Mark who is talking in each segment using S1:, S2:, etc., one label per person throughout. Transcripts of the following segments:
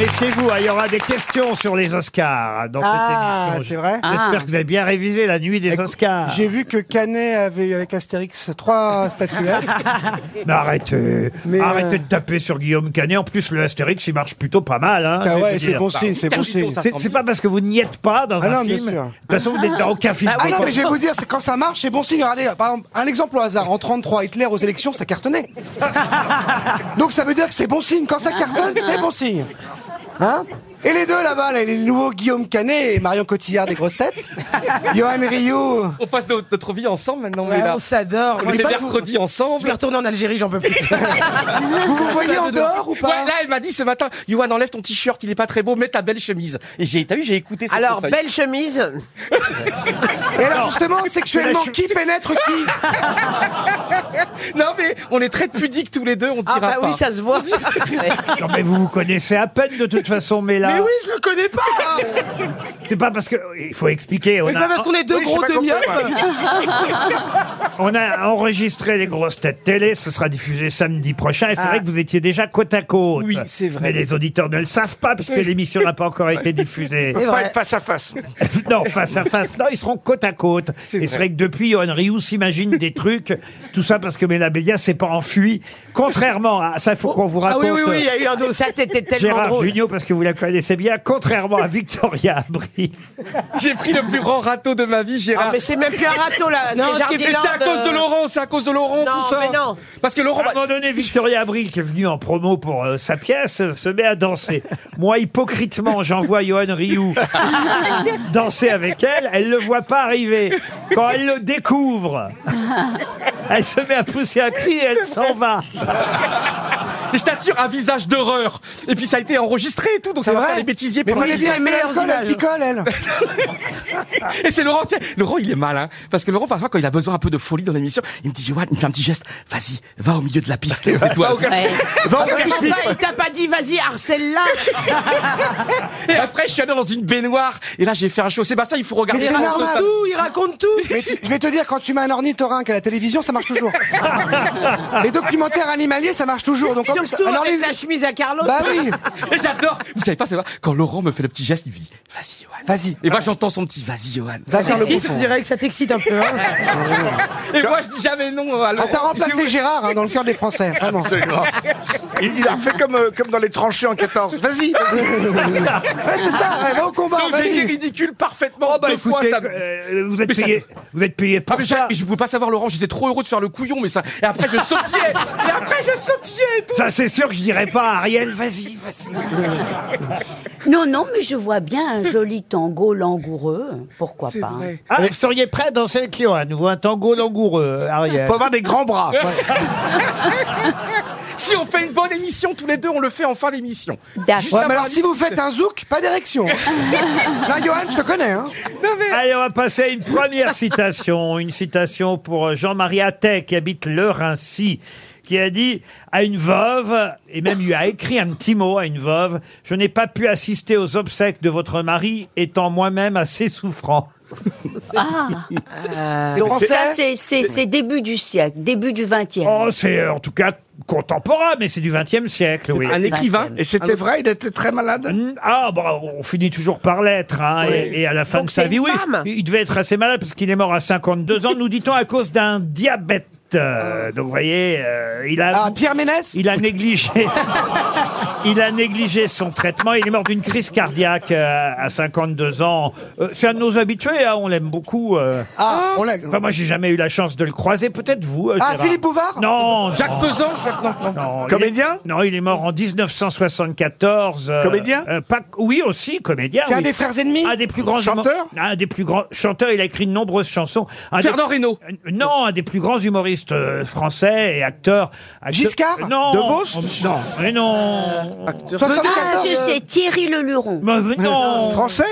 S1: Dépêchez-vous, hein, il y aura des questions sur les Oscars dans
S2: Ah,
S1: cette émission.
S2: c'est vrai
S1: J'espère que vous avez bien révisé la nuit des Oscars.
S2: J'ai vu que Canet avait eu avec Astérix trois statuettes.
S1: Mais arrêtez,
S2: Mais,
S1: arrêtez
S2: euh,
S1: de taper sur Guillaume Canet. En plus, le Astérix, il marche plutôt pas mal. hein, je
S2: Ah
S1: vais
S2: ouais,
S1: vous
S2: c'est
S1: dire.
S2: bon signe, c'est bon signe.
S1: C'est c'est pas parce que vous n'y êtes pas dans
S2: Ah
S1: un
S2: non, bien
S1: film. De
S2: sûr.
S1: toute façon, vous n'êtes dans aucun film.
S2: Ah non, mais je vais vous dire, c'est quand ça marche, c'est bon signe. Regardez, par exemple, un exemple au hasard. En 33, Hitler aux élections, ça cartonnait. Donc ça veut dire que c'est bon signe. Quand ça cartonne, c'est bon signe. Hein et les deux là-bas, là, les nouveaux Guillaume Canet et Marion Cotillard des grosses têtes. Johan Rio.
S3: On passe no- notre vie ensemble maintenant, on est
S4: Ouais,
S3: là.
S4: on s'adore.
S3: On
S4: Mais
S3: est
S4: pas-
S3: mercredi
S4: Je vais
S3: ensemble.
S4: retourner en Algérie, j'en peux plus.
S2: Vous vous voyez en dehors ou
S3: Ouais,
S2: pas
S3: là, elle m'a dit ce matin, Yohan, enlève ton t-shirt, il est pas très beau, mets ta belle chemise. Et j'ai, t'as vu, j'ai écouté cette
S4: Alors, belle chemise.
S2: Et alors justement, sexuellement, qui pénètre qui
S3: Non, mais on est très pudiques tous les deux, on te
S4: Ah
S3: dira
S4: bah
S3: pas.
S4: oui, ça se voit.
S1: Non, mais vous vous connaissez à peine de toute façon, mais là,
S4: Mais oui, je le connais pas.
S1: c'est pas parce que il faut expliquer. On
S4: C'est pas
S1: a,
S4: parce qu'on est deux
S2: Ah, Oui, j'ai
S4: gros
S2: pas
S4: deux
S2: compris, moi.
S4: myopes.
S1: on a enregistré les grosses têtes télé. Ce sera diffusé samedi prochain. Et c'est
S4: Ah.
S1: vrai que vous étiez déjà côte à côte.
S3: Oui, c'est vrai.
S1: Mais les auditeurs ne le savent pas puisque l'émission n'a pas encore été diffusée.
S4: C'est vrai.
S2: face à face.
S1: non, face à face. Non, ils seront côte à côte. Et c'est vrai que depuis, Johan Rioux s'imagine des trucs. Tout ça parce que Mélabédia s'est pas enfui. Contrairement à ça, il faut qu'on vous
S4: Ah
S1: raconte.
S4: oui, oui, oui, il y a eu un dos. Ça, t'étais
S1: euh,
S4: tellement
S1: Gérard
S4: drôle.
S1: Jugnot, parce que vous la connaissez bien, contrairement à Victoria Abri.
S3: J'ai pris le plus grand râteau de ma vie,
S4: Ah,
S3: Gérard.
S4: mais c'est même plus un râteau, là.
S3: Non,
S4: C'est
S3: c'est mais
S4: Jardiland,
S3: c'est à cause de
S4: euh,
S3: Laurent, c'est à cause de Laurent,
S4: Non,
S3: tout ça.
S4: mais non.
S3: Parce que
S2: Ah,
S3: Laurent, bah,
S1: À un moment donné, Victoria Abril, qui est venue en promo pour euh, sa pièce, euh, se met à danser. Moi, hypocritement, j'envoie Johan Rioux danser avec elle. Elle le voit pas arriver. Quand elle le découvre, elle se met à pousser un cri et elle s'en va.
S3: Et je t'assure, un visage d'horreur. Et puis ça a été enregistré et tout, donc ça
S2: C'est
S3: va faire
S2: vrai
S3: les bêtisiers
S2: Mais
S3: pour
S2: vous voulez
S3: lui.
S2: dire, elle met
S4: meilleures
S2: l'alcool, elle
S4: images.
S2: picole, elle.
S3: Et c'est Laurent qui... Laurent, il est malin. Parce que Laurent, parfois, quand il a besoin un peu de folie dans l'émission, il me dit, Johan, il me fait un petit geste. Vas-y, va au milieu de la piste et aux étoiles. Va au
S5: Ah,
S4: Attends,
S3: café.
S4: Il t'a pas dit, vas-y, harcèle-la.
S3: Et après, je suis allé dans une baignoire. Et là, j'ai fait un show. Sébastien, il faut
S2: Mais
S3: regarder. Ah,
S2: c'est
S4: Il raconte
S2: normal.
S4: tout, il raconte tout.
S2: Mais tu- je vais te dire, quand tu mets un ornithorynque à la télévision, ça marche toujours. Les documentaires animaliers, ça marche toujours. Donc en plus,
S4: Surtout
S2: un orni-
S4: avec la chemise à Carlos.
S2: Bah oui,
S3: Et j'adore. Vous savez pas, c'est vrai. Quand Laurent me fait le petit geste, il me dit, vas-y, Johan.
S2: vas-y,
S3: Et moi, j'entends son petit, vas-y, Johan.
S2: va faire le
S4: Si,
S2: bouffon.
S4: dirais que ça t'excite un peu. hein.
S3: Et moi, je dis jamais non à
S2: Ah,
S3: Laurent.
S2: t'as remplacé Gérard hein, dans le cœur des Français, vraiment.
S5: Absolument. Il, il a fait comme, euh, comme dans les tranchées en 14. Vas-y, vas-y.
S2: Ouais, c'est ça, ouais, va au combat,
S3: Donc, j'ai été
S2: vas-y. Oh, bah,
S3: ridicule parfaitement. deux fois,
S1: Oh, bah, Écoutez,
S3: ça-
S1: euh, vous, êtes
S3: Mais ça-
S1: payé, vous êtes payé
S3: Ah
S1: pour
S3: mais
S1: ça.
S3: j'a- mais je pouvais pas savoir Laurent, j'étais trop heureux de faire le couillon mais ça et après je sautillais et après je sautillais et tout.
S1: Ça, c'est sûr que je dirais pas à Ariel, vas-y, vas-y.
S6: Non, non, mais je vois bien un joli tango langoureux. Pourquoi pas hein.
S1: Ah, vous seriez prêt à danser avec Johan, vous, un tango langoureux, Ariel.
S5: Faut avoir des grands bras.
S3: Si on fait une bonne émission tous les deux, on le fait en fin d'émission.
S6: D'accord.
S3: Juste
S2: Ouais,
S3: avant
S2: mais alors
S3: la-
S2: si vous faites un zouk, pas d'érection. Là, Johan, je te connais. Hein.
S1: Allez, on va passer à une première citation. Une citation pour euh, Jean-Marie Attet, qui habite Le Rincy, qui a dit à une veuve, et même lui a écrit un petit mot à une veuve, « Je n'ai pas pu assister aux obsèques de votre mari, étant moi-même assez souffrant.
S2: C'est
S6: Ça,
S2: français.
S6: c'est- c'est c'est début du siècle, début du » 20e.
S1: Oh, c'est euh, en tout cas contemporain, mais c'est du XXe siècle, oui.
S3: un écrivain
S5: Et c'était vrai, il était très malade.
S1: Mm, Ah, bon, on finit toujours par l'être, hein, et, et à la fin
S4: Donc
S1: de sa
S4: c'est
S1: vie,
S4: une
S1: oui.
S4: femme.
S1: Il devait être assez malade parce qu'il est mort à 52 ans, nous dit-on, à cause d'un diabète.
S4: Ah.
S1: Euh, donc, vous voyez, euh, il a.
S2: Ah, Pierre Ménès
S1: Il a négligé. Il a négligé son traitement. Il est mort d'une crise cardiaque euh, à 52 ans. Euh, C'est un de nos habitués. hein, on l'aime beaucoup. euh.
S2: Ah, on l'a.
S1: Enfin, moi, j'ai jamais eu la chance de le croiser. Peut-être vous. euh,
S2: Ah,
S1: Gérard.
S2: Philippe Bouvard
S1: Non.
S3: Jacques
S5: Oh.
S1: non,
S3: Faisan, Jacques- non, non.
S1: non, il est-
S5: Comédien
S1: Non, il est mort en 1974. euh,
S5: Comédien
S1: euh, pas- Oui, aussi comédien.
S2: C'est un
S1: oui.
S2: des frères ennemis
S1: Un des plus grands humo-
S5: Chanteur
S1: Un des plus grands chanteurs. Il a écrit de nombreuses chansons. Un des-
S3: Fernand Reynaud.
S1: euh, Non, un des plus grands humoristes euh, français et acteurs. Acte-
S2: Giscard Euh.
S1: Non.
S5: De Vos
S1: Non, mais non.
S6: Ah,
S2: 74
S6: je sais, Thierry Leluron.
S1: Mais v- non.
S5: Français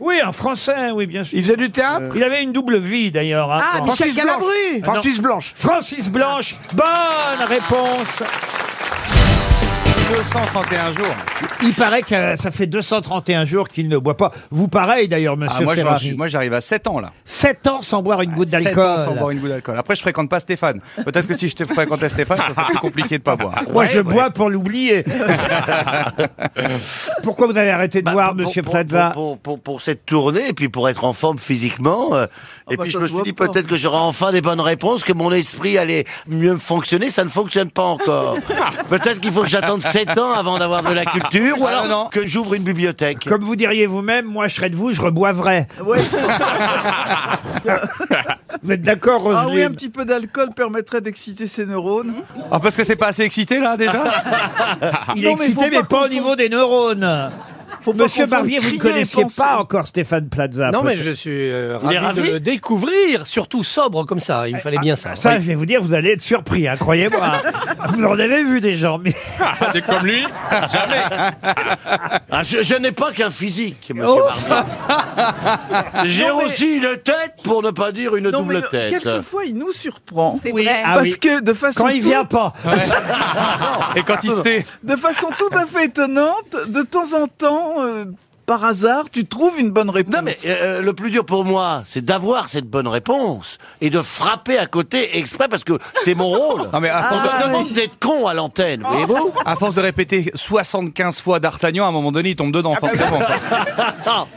S1: Oui, un Français, oui, bien sûr.
S5: Il faisait du théâtre
S1: Il avait une double vie, d'ailleurs. hein,
S4: Ah,
S1: quand-
S4: Michel
S5: Francis Blanche.
S4: Galabru.
S5: Francis Blanche.
S1: Francis Blanche, bonne réponse
S7: 231 jours.
S1: Il paraît que euh, ça fait 231 jours qu'il ne boit pas. Vous pareil d'ailleurs,
S7: Ah,
S1: monsieur
S7: moi, j'en
S1: Ferrari.
S7: suis- moi, j'arrive à 7 ans là.
S1: 7 ans sans boire une goutte
S7: 7 ans sans boire
S1: d'alcool.
S7: une goutte d'alcool. Après, je fréquente pas Stéphane. Peut-être que si je te fréquentais Stéphane, ça serait plus compliqué de pas boire.
S1: Moi, je bois pour l'oublier. Pourquoi vous avez arrêté de
S8: Bah,
S1: boire,
S8: pour-
S1: monsieur
S8: pour,
S1: Plaza
S8: pour, pour, pour- pour cette tournée, et puis pour être en forme physiquement. euh, et
S7: bah,
S8: puis
S7: ça
S8: je me
S7: se
S8: suis
S7: voit
S8: dit
S7: pas.
S8: peut-être que j'aurai enfin des bonnes réponses, que mon esprit allait mieux fonctionner. Ça ne fonctionne pas encore. peut-être qu'il faut que j'attende 7 ans avant d'avoir de la culture, ou
S7: Ah,
S8: alors
S7: non, non.
S8: que j'ouvre une bibliothèque.
S1: Comme vous diriez vous-même, moi, je serais de vous, je reboivrais. vous êtes d'accord, Roselyne
S9: Ah petit peu d'alcool permettrait d'exciter ses neurones.
S4: Mmh.
S7: Ah, parce que c'est pas assez excité là déjà
S1: Il est
S9: Non, mais
S1: excité,
S9: faut
S1: mais
S9: pas
S1: pas au
S9: confondre-
S1: niveau des neurones.
S9: Faut pas
S1: Monsieur
S9: confondre
S1: Barbier, vous ne
S9: crier et
S1: connaissiez
S9: penser.
S1: pas encore Stéphane Plaza.
S10: Non, mais
S1: peut-être.
S10: je suis euh,
S8: Il est
S10: ravi de
S8: ravi
S10: le découvrir, surtout sobre comme ça. Il me fallait bien ça.
S1: Ça,
S10: Oui.
S1: je vais vous dire, vous allez être surpris, hein, croyez-moi. vous en avez vu des gens, mais...
S7: T'es comme lui
S8: Ah, je je n'ai pas qu'un physique, monsieur
S1: Oh.
S8: Barbier. J'ai
S9: Non, mais-
S8: aussi une tête, pour ne pas dire une
S9: Non, mais euh,
S8: double tête.
S9: quelquefois, il nous surprend.
S1: Oui, ah
S9: Parce
S1: oui.
S9: que de façon,
S1: Quand il
S9: tout-
S1: vient pas.
S7: Et quand il se tait
S9: de façon tout à fait étonnante, de temps en temps, euh, par hasard, tu trouves une bonne réponse.
S8: Non mais euh, le plus dur pour moi, c'est d'avoir cette bonne réponse et de frapper à côté exprès parce que c'est mon rôle.
S7: Non, mais à
S8: On
S7: force,
S8: me demande d'être con à l'antenne, voyez-vous
S7: de, à force de répéter 75 fois d'Artagnan, à un moment donné, il tombe dedans,
S3: bah
S7: forcément.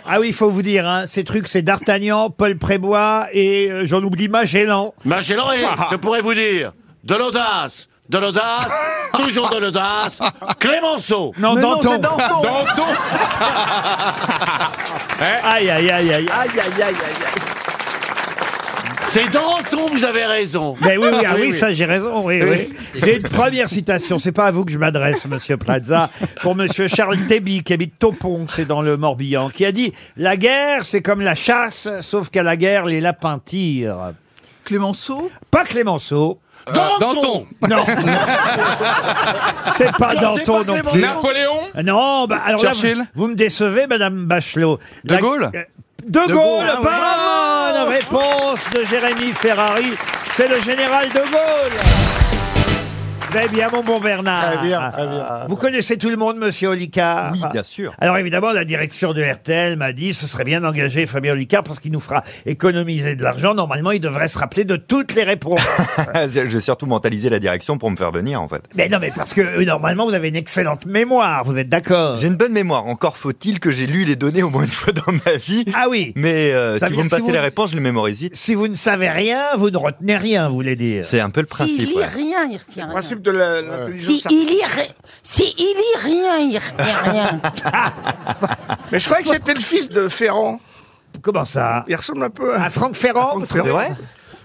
S1: Ah oui, il faut vous dire, hein, ces trucs, c'est D'Artagnan, Paul Prébois et euh, j'en oublie Magellan.
S8: Magellan, et je pourrais vous dire de l'audace, de l'audace, toujours de l'audace, Clémenceau.
S1: Non,
S9: Mais non,
S1: Danton.
S9: c'est Danton.
S1: Aïe, aïe, aïe, aïe.
S9: Aïe, aïe, aïe, aïe, aïe.
S8: C'est Danton, vous avez raison.
S1: Ben oui, oui, ah oui, ça j'ai raison, oui, oui. J'ai une première citation, c'est pas à vous que je m'adresse, monsieur Plaza, pour monsieur Charles Tébi, qui habite Topon, c'est dans le Morbihan, qui a dit « La guerre, c'est comme la chasse, sauf qu'à la guerre, les lapins tirent.
S9: Clémenceau »
S1: Pas Clémenceau,
S8: euh,
S7: Danton
S1: non. c'est pas Danton non plus.
S7: Napoléon
S1: Non, bah, alors là, vous,
S7: Churchill
S1: vous me décevez, Madame Bachelot.
S7: De Gaulle
S1: euh, De Gaulle,
S7: Gaulle, ah
S1: bonne réponse de Jérémy Ferrari. C'est le général de Gaulle. Vous allez bien, mon bon Bernard
S5: Très bien, très bien.
S1: Vous connaissez tout le monde, monsieur Olicard
S7: Oui, bien sûr.
S1: Alors évidemment, la direction de RTL m'a dit ce serait bien d'engager Fabien Olicard parce qu'il nous fera économiser de l'argent. Normalement, il devrait se rappeler de toutes les réponses.
S11: J'ai surtout mentalisé la direction pour me faire venir, en fait.
S1: mais non, mais parce que euh, normalement, vous avez une excellente mémoire, vous êtes d'accord
S11: J'ai une bonne mémoire. Encore faut-il que j'ai lu les données au moins une fois dans ma vie.
S1: Ah oui
S11: Mais euh,
S1: Ça
S11: si
S1: veut dire
S11: vous
S1: si
S11: me passez
S1: vous-
S11: les réponses, je les mémorise vite.
S1: Si vous ne savez rien, vous ne retenez rien, vous voulez dire.
S11: C'est un peu le
S4: S'il
S11: principe.
S4: lit
S11: ouais.
S4: rien, il retient rien.
S5: Principe de la- l'intelligence
S4: Si il lit, ri- si il lit rien, il retient rien.
S5: artificielle. Mais je croyais que c'était le fils de Ferrand.
S1: Comment ça
S5: Il ressemble un peu à...
S1: À Franck Ferrand
S5: Franck Ferrand.
S11: C'est vrai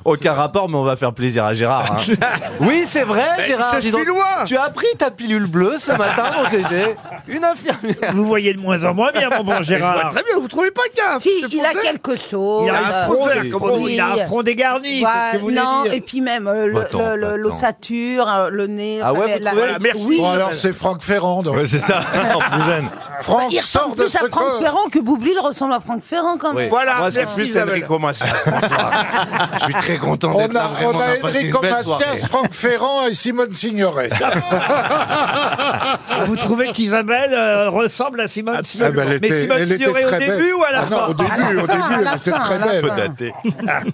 S8: Aucun rapport, mais on va faire plaisir à Gérard. hein.
S11: Oui, c'est vrai,
S5: ça
S11: Gérard.
S5: se fait loin.
S11: tu as pris ta pilule bleue ce matin, mon GG. Une infirmière.
S1: Vous voyez de moins en moins bien, mon bon Gérard.
S5: Très Ah bien, vous trouvez pas qu'il y a un
S4: Si
S5: fils de
S4: il a
S5: Français
S4: quelque chose.
S1: Il a un front,
S5: frondé,
S1: il a un front, il a un
S4: oui.
S1: front dégarni.
S4: Voilà,
S1: c'est ce que vous voulez
S4: non,
S1: dire.
S4: et puis même euh, le-
S11: Attends,
S4: le- le-
S11: attends.
S4: l'ossature, euh, le nez.
S11: Ah ouais,
S4: enfin,
S11: vous trouvez
S4: la- oui.
S5: Bon, alors c'est Franck Ferrand. donc.
S11: Ouais, c'est ça, en plus jeune.
S5: Franck
S4: Il
S5: sort
S4: ressemble
S5: de
S4: plus
S5: ce
S4: à Franck
S5: corps.
S4: Ferrand que Boublil ressemble à Franck Ferrand quand même.
S5: Voilà,
S8: Moi, c'est
S5: merci,
S8: plus
S5: Isabelle.
S8: Enrico Macias. Bonsoir. Je suis très content d'être
S5: On
S8: là.
S5: a,
S8: Vraiment,
S5: on a
S8: passé une
S5: Enrico
S8: belle soirée.
S5: Macias, Franck Ferrand et Simone Signoret.
S1: Ah, Vous trouvez qu'Isabelle euh, ressemble à Simone Signoret
S5: ben, elle
S1: Mais
S5: était-
S1: Simone
S5: elle était
S1: Signoret au
S5: très
S1: début
S5: belle.
S1: ou à la
S5: Ah non,
S1: fin
S5: au début, au début, elle
S4: la
S5: était
S4: fin,
S5: très
S4: à la
S5: belle.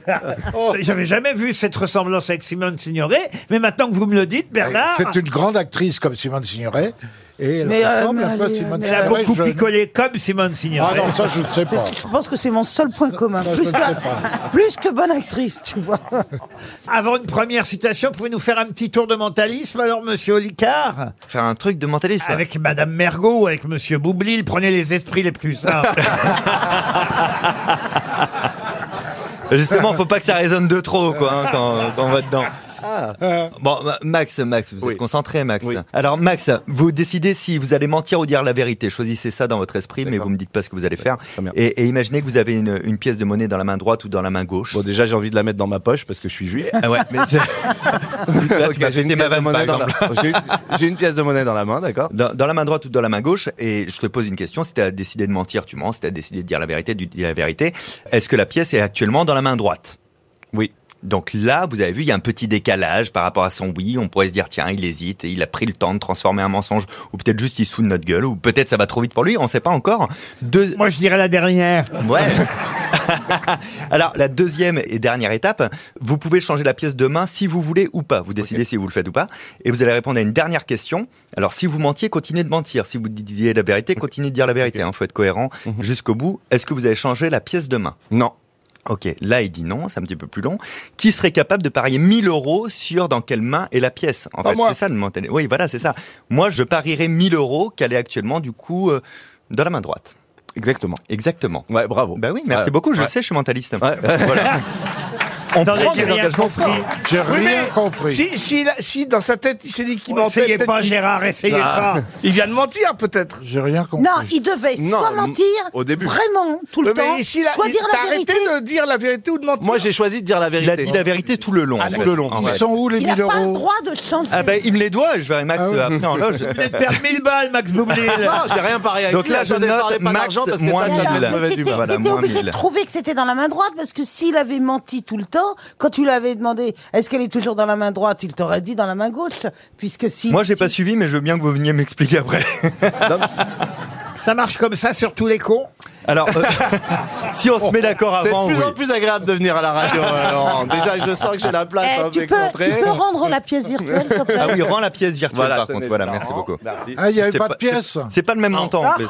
S4: fin.
S1: J'avais jamais vu cette ressemblance avec Simone Signoret, mais maintenant que vous me le dites, Bernard,
S5: Ah, C'est une grande actrice comme Simone Signoret. Et elle
S4: Mais, euh,
S5: ressemble un peu à
S4: mais,
S5: Simone
S4: mais,
S1: elle
S5: Signoret.
S1: a beaucoup
S5: jeune.
S1: picolé comme Simone
S5: Ah
S1: Signoret.
S5: non, ça je ne sais
S4: Je,
S5: pas.
S4: sais- je pense que c'est mon seul point commun.
S5: ça, je
S4: plus,
S5: ne sais
S4: que,
S5: pas.
S4: plus que bonne actrice, tu vois.
S1: Avant une première citation, pouvez-nous faire un petit tour de mentalisme alors, monsieur Olicard
S11: Faire un truc de mentalisme.
S1: Avec madame Mergot, avec monsieur Boublil, prenez les esprits les plus simples.
S11: Justement, faut pas que ça résonne de trop, quoi, hein, quand, quand on va dedans.
S5: Ah.
S11: Bon, Ma- Max, Max, vous
S8: Oui.
S11: êtes concentré, Max.
S8: Oui.
S11: Alors, Max, vous décidez si vous allez mentir ou dire la vérité. Choisissez ça dans votre esprit, mais
S7: D'accord.
S11: vous me dites pas ce que vous allez faire.
S8: Très bien.
S11: Et, et imaginez que vous avez une, une pièce de monnaie dans la main droite ou dans la main gauche.
S8: Bon, déjà, j'ai envie de la mettre dans ma poche parce que je suis juif.
S11: Ah ouais, mais c'est- Là, tu m'as pété ma vanne, par exemple.
S8: J'ai une pièce de monnaie dans la main, d'accord
S11: Dans, dans la main droite ou dans la main gauche, et je te pose une question, si tu as décidé de mentir, tu mens, si tu as décidé de dire la vérité, tu dis la vérité. Est-ce que la pièce est actuellement dans la main droite
S8: Oui.
S11: Donc là, vous avez vu, il y a un petit décalage par rapport à son oui. On pourrait se dire, tiens, il hésite et il a pris le temps de transformer un mensonge. Ou peut-être juste il se fout de notre gueule. Ou peut-être ça va trop vite pour lui. On ne sait pas encore. Deux...
S1: Moi, je dirais la dernière.
S11: Ouais. Alors, la deuxième et dernière étape, vous pouvez changer la pièce de main si vous voulez ou pas. Vous décidez si vous le faites ou pas. Et vous allez répondre à une dernière question. Alors, si vous mentiez, continuez de mentir. Si vous disiez la vérité, continuez de dire la vérité. Il faut être cohérent jusqu'au bout. Est-ce que vous avez changé la pièce de main Non. Ok, là il dit non, c'est un petit peu plus long. Qui serait capable de parier 1000 euros sur dans quelle main est la pièce En fait, c'est ça le mentalité. Oui, voilà, c'est ça. Moi, je parierais 1000 euros qu'elle est actuellement du coup euh, dans la main droite. Exactement. Exactement. Ouais, bravo. Ben oui, merci
S7: Ouais.
S11: beaucoup. Je
S7: Ouais.
S11: le sais, je suis mentaliste. Voilà. On
S5: Attendez,
S11: prend
S5: j'ai
S11: des
S5: rien
S11: engagements
S5: compris.
S11: forts.
S5: Oui, mais Si, si, il a- si dans sa tête, il s'est dit qu'il mentait.
S1: Essayez
S5: peut-être
S1: pas,
S5: qu'il-
S1: Gérard, essayez
S5: Ah.
S1: pas.
S5: Il vient de mentir, peut-être. J'ai rien
S4: Non, il devait soit mentir, vraiment, tout le temps, soit dire la vérité.
S5: de dire la vérité ou de mentir.
S8: Moi, j'ai choisi de dire la
S11: Il
S8: vérité.
S11: a dit la vérité tout le long. en fait. En vrai.
S8: où
S4: Il n'a pas le droit de changer.
S11: Ah ben, il me les doit et je verrai Max euh, après en loge.
S1: Il perd 1000 balles, Max Boublil.
S9: Ah,
S8: Non, j'ai rien parié avec
S11: Donc
S8: lui,
S11: là, je
S8: attendez, parlez
S11: note
S8: pas
S11: Max
S8: d'argent parce que
S11: moins
S8: ça, ça me met de
S11: 1000.
S8: mauvaise
S4: T'étais t'étais
S11: Voilà, hein, moins
S4: obligé
S11: 1000.
S4: de trouver que c'était dans la main droite parce que s'il avait menti tout le temps, quand tu lui avais demandé est-ce qu'elle est toujours dans la main droite, il t'aurait dit dans la main gauche. Puisque si.
S11: Moi, j'ai pas suivi, mais je veux bien que vous veniez m'expliquer après.
S1: Ça marche comme ça sur tous les cons
S11: Alors, euh, si on se met d'accord
S8: Oh, C'est
S11: avant,
S8: de plus
S11: oui.
S8: en plus agréable de venir à la radio, euh, Laurent. Déjà, je sens que j'ai la place hein,
S4: Eh,
S8: un peu
S4: tu, peux, tu
S8: excentrée.
S4: peux rendre la pièce virtuelle, s'il te plaît
S11: Ah oui, rends la pièce virtuelle
S8: Voilà,
S11: par
S8: tenez
S11: contre.
S8: le
S11: Voilà,
S8: Laurent.
S11: merci beaucoup.
S8: Merci.
S11: Ah, il y avait pas de pièce. C'est pas le même montant
S4: Ah.
S11: en plus.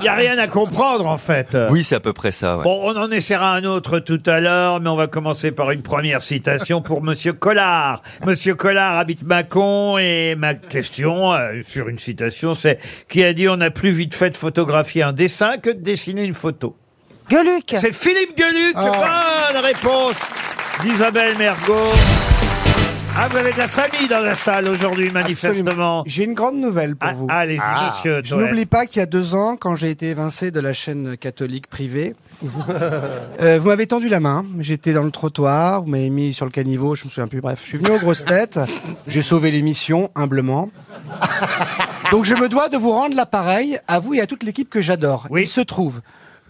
S1: Il n'y a rien à comprendre, en fait.
S11: Oui, c'est à peu près ça. ouais.
S1: Bon, on en essaiera un autre tout à l'heure, mais on va commencer par une première citation pour Monsieur Collard. Monsieur Collard habite Mâcon et ma question euh, sur une citation, c'est qui a dit on a plus vite fait de photographier un dessin que de dessiner une photo.
S4: Gueuluc
S1: C'est Philippe Gueluc.
S2: Ah.
S1: Bonne réponse d'Isabelle Mergot. Ah, vous avez de la famille dans la salle aujourd'hui, manifestement.
S2: J'ai une grande nouvelle pour
S1: Ah,
S2: vous.
S1: allez-y, monsieur
S2: Je
S1: Toen.
S2: n'oublie pas qu'il y a deux ans, quand j'ai été évincé de la chaîne catholique privée, euh, vous m'avez tendu la main. J'étais dans le trottoir, vous m'avez mis sur le caniveau, je me souviens plus. Bref, je suis venu aux grosses têtes. J'ai sauvé l'émission, humblement. Donc je me dois de vous rendre l'appareil à vous et à toute l'équipe que j'adore. Il se trouve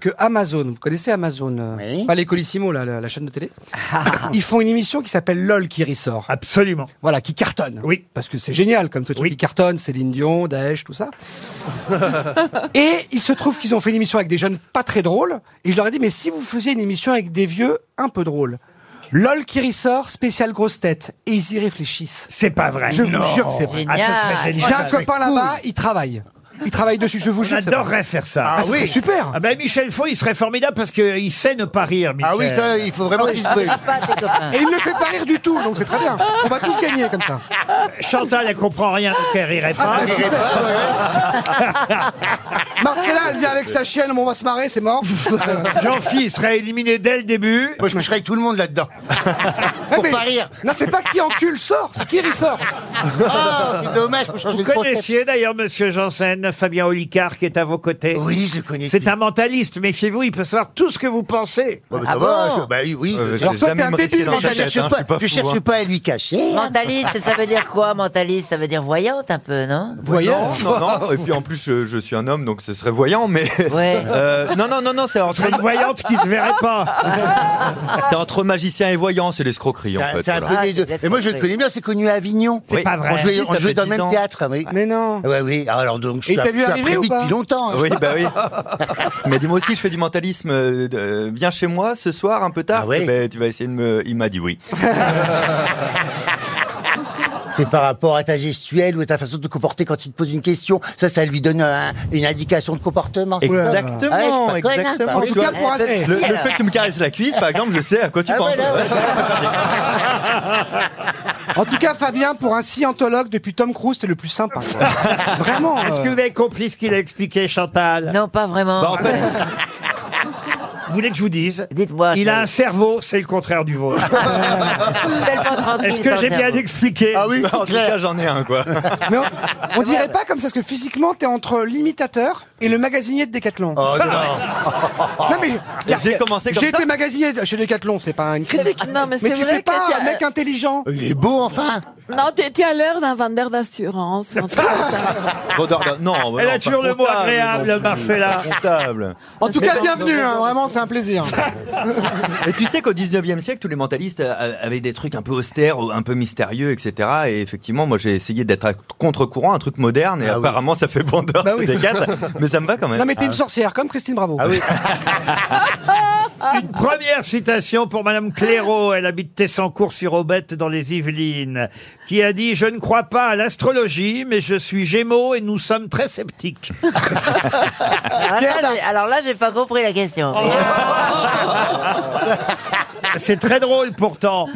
S2: que Amazon, vous connaissez Amazon, euh, pas les Colissimo, là, la, la chaîne de télé, ils font une émission qui s'appelle LOL qui ressort.
S1: Absolument.
S2: Voilà, qui cartonne.
S1: Oui.
S2: Parce que c'est génial comme tout truc qui cartonne, Céline Dion, Daesh, tout ça. et il se trouve qu'ils ont fait une émission avec des jeunes pas très drôles. Et je leur ai dit, mais si vous faisiez une émission avec des vieux un peu drôles, LOL qui ressort, spécial grosse tête. Et ils y réfléchissent.
S1: C'est pas vrai.
S2: Je
S1: Non.
S2: vous jure que c'est vrai.
S1: Ah, ça serait génial.
S2: J'ai un copain là-bas, il travaille. Il travaille dessus, je vous jure. que c'est vrai.
S1: J'adorerais faire ça.
S2: Ah, oui, super.
S1: Ah ben Michel Faux, il serait formidable parce qu'il sait ne pas rire, Michel.
S8: Ah oui, ça, il faut vraiment qu'il se brûle.
S1: bah.
S2: Et il ne le fait pas rire du tout, donc c'est très bien. On va tous gagner comme ça.
S1: Chantal, elle comprend rien, donc elle rirait
S2: Ah,
S1: pas.
S2: c'est super. Marcella, elle vient avec sa chienne, mais on va se marrer, c'est mort.
S1: Jean-Phi serait éliminé dès le début.
S8: Moi, je coucherai avec tout le monde là-dedans.
S2: Pour
S8: pas rire.
S2: Eh, Non, c'est pas qui encule sort, c'est qui ressort.
S8: Ah, c'est dommage, faut changer
S1: Vous
S8: de grosse tête.
S1: connaissiez d'ailleurs Monsieur Janssen, Fabien Olicard qui est à vos côtés.
S8: Oui, je le connais.
S1: C'est un mentaliste, méfiez-vous, il peut savoir tout ce que vous pensez.
S8: Ouais, mais
S4: Ah
S8: ça va,
S4: bon
S8: je- bah oui, oui.
S11: Euh,
S8: Alors
S11: j'ai
S8: toi,
S11: jamais
S8: t'es un
S11: me risqué
S8: débile,
S11: dans
S8: mais
S11: ta
S8: je
S11: tête,
S8: cherche
S11: hein, je
S8: pas,
S11: suis pas
S8: je
S11: fou, hein.
S8: cherche pas à lui cacher.
S12: Mentaliste, ça veut dire quoi, mentaliste Ça veut dire voyante un peu, non
S2: Voyeur.
S11: Non, non, et puis en plus, je, je suis un homme, donc ce serait voyant, mais.
S12: Ouais.
S11: Euh, non, non, non, non, c'est entre,
S1: C'est
S8: Ah,
S1: une voyante qui se verrait pas.
S11: c'est entre magicien et voyant, c'est l'escroquerie en fait.
S8: C'est un
S11: voilà.
S8: peu
S12: Ah,
S8: des deux.
S12: c'est de
S8: Et moi, je le
S12: l'esprit.
S8: connais bien, c'est connu à Avignon.
S1: C'est
S11: Oui.
S1: pas vrai.
S8: On jouait,
S11: si,
S8: on
S11: ça
S8: jouait
S11: fait
S8: dans le
S11: 10
S8: même
S11: ans.
S8: théâtre, oui. Ah
S2: Mais non.
S8: Ouais, oui. Alors donc, je
S2: Et
S8: suis un-
S2: t'as vu
S8: je suis un
S2: arriver
S8: prébit
S2: ou pas
S8: depuis longtemps.
S11: Oui, bah oui. Mais dis-moi aussi, je fais du mentalisme. euh, euh, viens chez moi ce soir, un peu tard.
S8: Ah ouais.
S11: Eh ben, tu vas essayer de me. Il m'a dit oui.
S8: C'est par rapport à ta gestuelle ou à ta façon de te comporter quand il te pose une question. Ça, ça lui donne un- une indication de comportement.
S11: Exactement,
S8: Ouais, je suis pas conne, hein.
S11: exactement.
S8: En
S11: Tu
S2: tout cas,
S11: vois,
S2: pour
S11: le-
S2: un-
S11: le,
S12: si,
S11: le
S12: alors.
S11: fait que tu me caresses la cuisse, par exemple, je sais à quoi tu
S8: Ah,
S11: penses.
S8: voilà, ouais.
S2: En tout cas, Fabien, pour un scientologue depuis Tom Cruise, t'es le plus sympa. quoi. Vraiment.
S1: Est-ce que
S2: euh,
S1: vous avez compris ce qu'il a expliqué, Chantal
S12: Non, pas vraiment.
S11: Bah, en fait,
S1: Vous voulez que je vous dise
S12: Dites-moi.
S1: Il a un
S12: je-
S1: cerveau, c'est le contraire du vôtre.
S12: tellement tranquille,
S1: Est-ce que
S12: ton
S1: j'ai bien
S12: cerveau.
S1: expliqué
S8: Ah oui,
S11: en tout cas, j'en ai un, quoi.
S2: mais on, on dirait pas comme ça, parce que physiquement, t'es entre l'imitateur et le magasinier de Decathlon. non. mais y a-
S11: J'ai commencé comme
S2: Oh. J'ai
S11: ça.
S2: été magasinier de- chez Decathlon, c'est pas une critique.
S13: Non, mais c'est
S2: tu
S13: vrai
S2: fais pas
S13: que t'as-
S2: un mec intelligent.
S14: Il est beau, enfin.
S13: Non, tu étais à l'heure d'un vendeur d'assurance. un truc comme ça.
S11: Non,
S1: Elle
S11: non,
S1: a
S11: pas
S1: toujours le mot
S11: comptable, non
S1: agréable,
S11: plus.
S1: Marcella.
S11: Comptable.
S2: En tout
S11: Mais
S2: cas,
S11: bon,
S2: bienvenue, hein, vraiment, c'est un plaisir.
S11: Et tu sais qu'au 19e siècle, tous les mentalistes euh, avaient des trucs un peu austères, un peu mystérieux, etc. Et effectivement, moi, j'ai essayé d'être à contre-courant, un truc moderne, et apparemment, ça fait vendeur
S2: Bah oui.
S11: des cadres, mais ça me va quand même.
S2: Non, mais t'es une sorcière, comme Christine Bravo. Ah oui.
S1: Une première citation pour Madame Clairaut, elle habite Tessancourt sur Aubette dans les Yvelines, qui a dit « Je ne crois pas à l'astrologie, mais je suis gémeaux et nous sommes très sceptiques.
S4: Alors, là, j'ai- Ah, alors là, j'ai pas compris la question.
S1: C'est très drôle pourtant.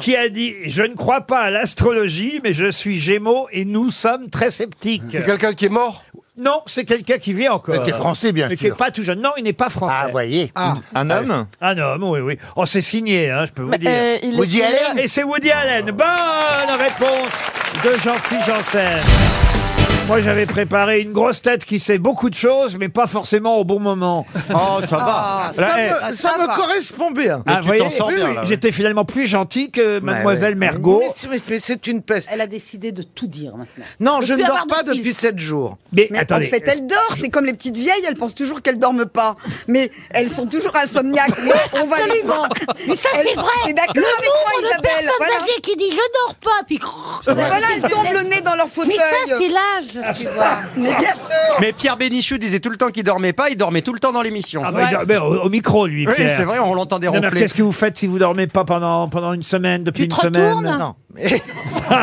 S1: qui a dit « Je ne crois pas à l'astrologie, mais je suis gémeaux et nous sommes très sceptiques. »
S14: C'est quelqu'un
S1: qui est mort non, c'est quelqu'un qui vit encore.
S14: Mais Euh, qui est français, bien
S1: Mais qui
S14: sûr.
S1: n'est pas tout jeune. Non, il n'est pas français. Ah,
S14: voyez.
S11: Un homme
S1: Un homme, oui, oui. Oh, c'est signé, hein, je peux vous
S13: Mais,
S1: dire.
S13: euh, il est Woody signé- Allen
S1: Et c'est Woody Allen.
S9: Ah.
S1: Bonne réponse de Jean-Philippe Janssen. Moi, j'avais préparé une grosse tête qui sait beaucoup de choses, mais pas forcément au bon moment.
S9: Oh, ça va. Ah, ça me- ça me correspond bien. Mais
S1: Ah,
S9: tu
S1: vous voyez,
S9: t'en sors
S1: oui,
S9: bien,
S1: oui,
S9: là, ouais.
S1: J'étais finalement plus gentil que Mademoiselle Mergot.
S9: Mais c'est- Mais, mais c'est une peste.
S15: Elle a décidé de tout dire maintenant.
S9: Non,
S15: De
S9: je ne
S15: plus
S9: dors
S15: avoir de
S9: pas
S15: fil.
S9: depuis 7 jours.
S1: Mais,
S15: Mais en fait, elle dort. C'est comme les petites vieilles, elles pensent toujours qu'elles dorment pas. Mais elles sont toujours insomniaques. Mais on va les
S4: Absolument. Mais ça,
S15: Elle-
S4: c'est vrai. Oh,
S15: T'es d'accord
S4: Le
S15: avec
S4: nombre
S15: moi,
S4: de
S15: Isabelle
S4: personnes
S15: Voilà.
S4: âgées qui disent je dors pas, puis crrr.
S15: Mais voilà, elles tombent le nez dans leur fauteuil.
S4: Mais ça, c'est l'âge, tu vois.
S15: Mais bien sûr.
S16: Mais Pierre Bénichou disait tout le temps qu'il dormait pas, il dormait tout le temps dans l'émission.
S1: Ah, bah, il dormait au, au micro, lui.
S16: Oui,
S1: Pierre.
S16: c'est vrai, on l'entendait
S1: Non, mais
S16: ronfler.
S1: Qu'est-ce que vous faites si vous dormez pas pendant, pendant une semaine, depuis
S4: Tu te
S1: une semaine
S4: retournes Bah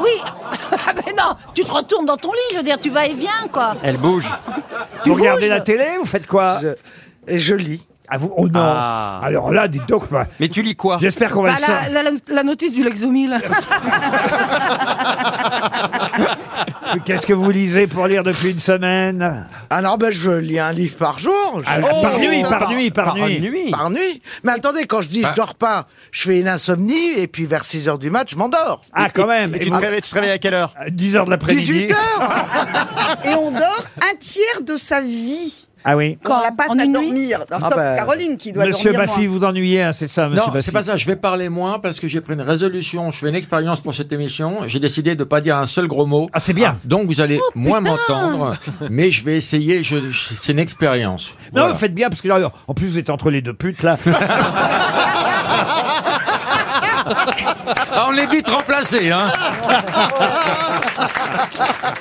S4: oui. Ah ben non, tu te retournes dans ton lit, je veux dire, tu vas et viens, quoi.
S1: Elle bouge.
S4: Tu
S1: Vous regardez
S4: bouges.
S1: la télé, vous faites quoi
S9: Et je Ah. lis.
S1: Ah vous Oh non Alors là, dites donc. bah, Mais tu lis quoi J'espère qu'on va
S17: Bah,
S1: le savoir.
S17: la, la- la notice du Lexomil.
S1: Mais Qu'est-ce que vous lisez pour lire depuis une semaine
S9: Alors, ben, je lis un livre par jour.
S1: Ah,
S9: Je-
S1: par nuit, par nuit, par nuit.
S9: Oh, Par nuit. Mais attendez, quand je dis
S2: Ah.
S1: Bah.
S9: je dors pas, je fais une insomnie et puis vers 6 heures du mat, je m'endors.
S1: Ah, quand même.
S9: Et
S1: Et vous-
S9: réveilles- réveilles à quelle heure
S1: 10 heures de l'après-midi.
S9: 18 heures
S15: Et on dort un tiers de sa vie.
S1: Ah oui.
S15: Quand on la passe à dormir. Alors,
S1: Ah
S15: sauf
S1: bah,
S15: Caroline qui doit
S1: Monsieur
S15: dormir.
S1: Baffy, vous ennuyez, hein, c'est ça, monsieur
S8: Non,
S1: Baffy
S8: c'est pas ça. Je vais parler moins parce que j'ai pris une résolution. Je fais une expérience pour cette émission. J'ai décidé de pas dire un seul gros mot. Ah, c'est bien. donc vous allez moins m'entendre, mais je vais essayer. Je, je- c'est une expérience.
S1: Non, vous faites bien, parce que là, en plus, vous êtes entre les deux putes, là.
S8: Ah, on est vite remplacé, hein.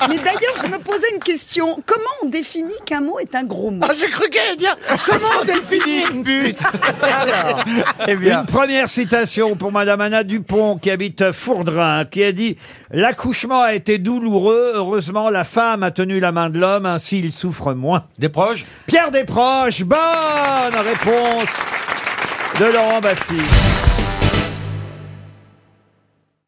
S15: Mais d'ailleurs, je me posais une question. Comment on définit qu'un mot est un gros mot J'ai cru qu'elle allait dire comment on définit une pute.
S1: Une première citation pour Madame Anna Dupont, qui habite Fourdrin, qui a dit « L'accouchement a été douloureux. Heureusement, la femme a tenu la main de l'homme. Ainsi, il souffre moins. » Des proches Pierre Desproges. Bonne réponse de Laurent Baffy.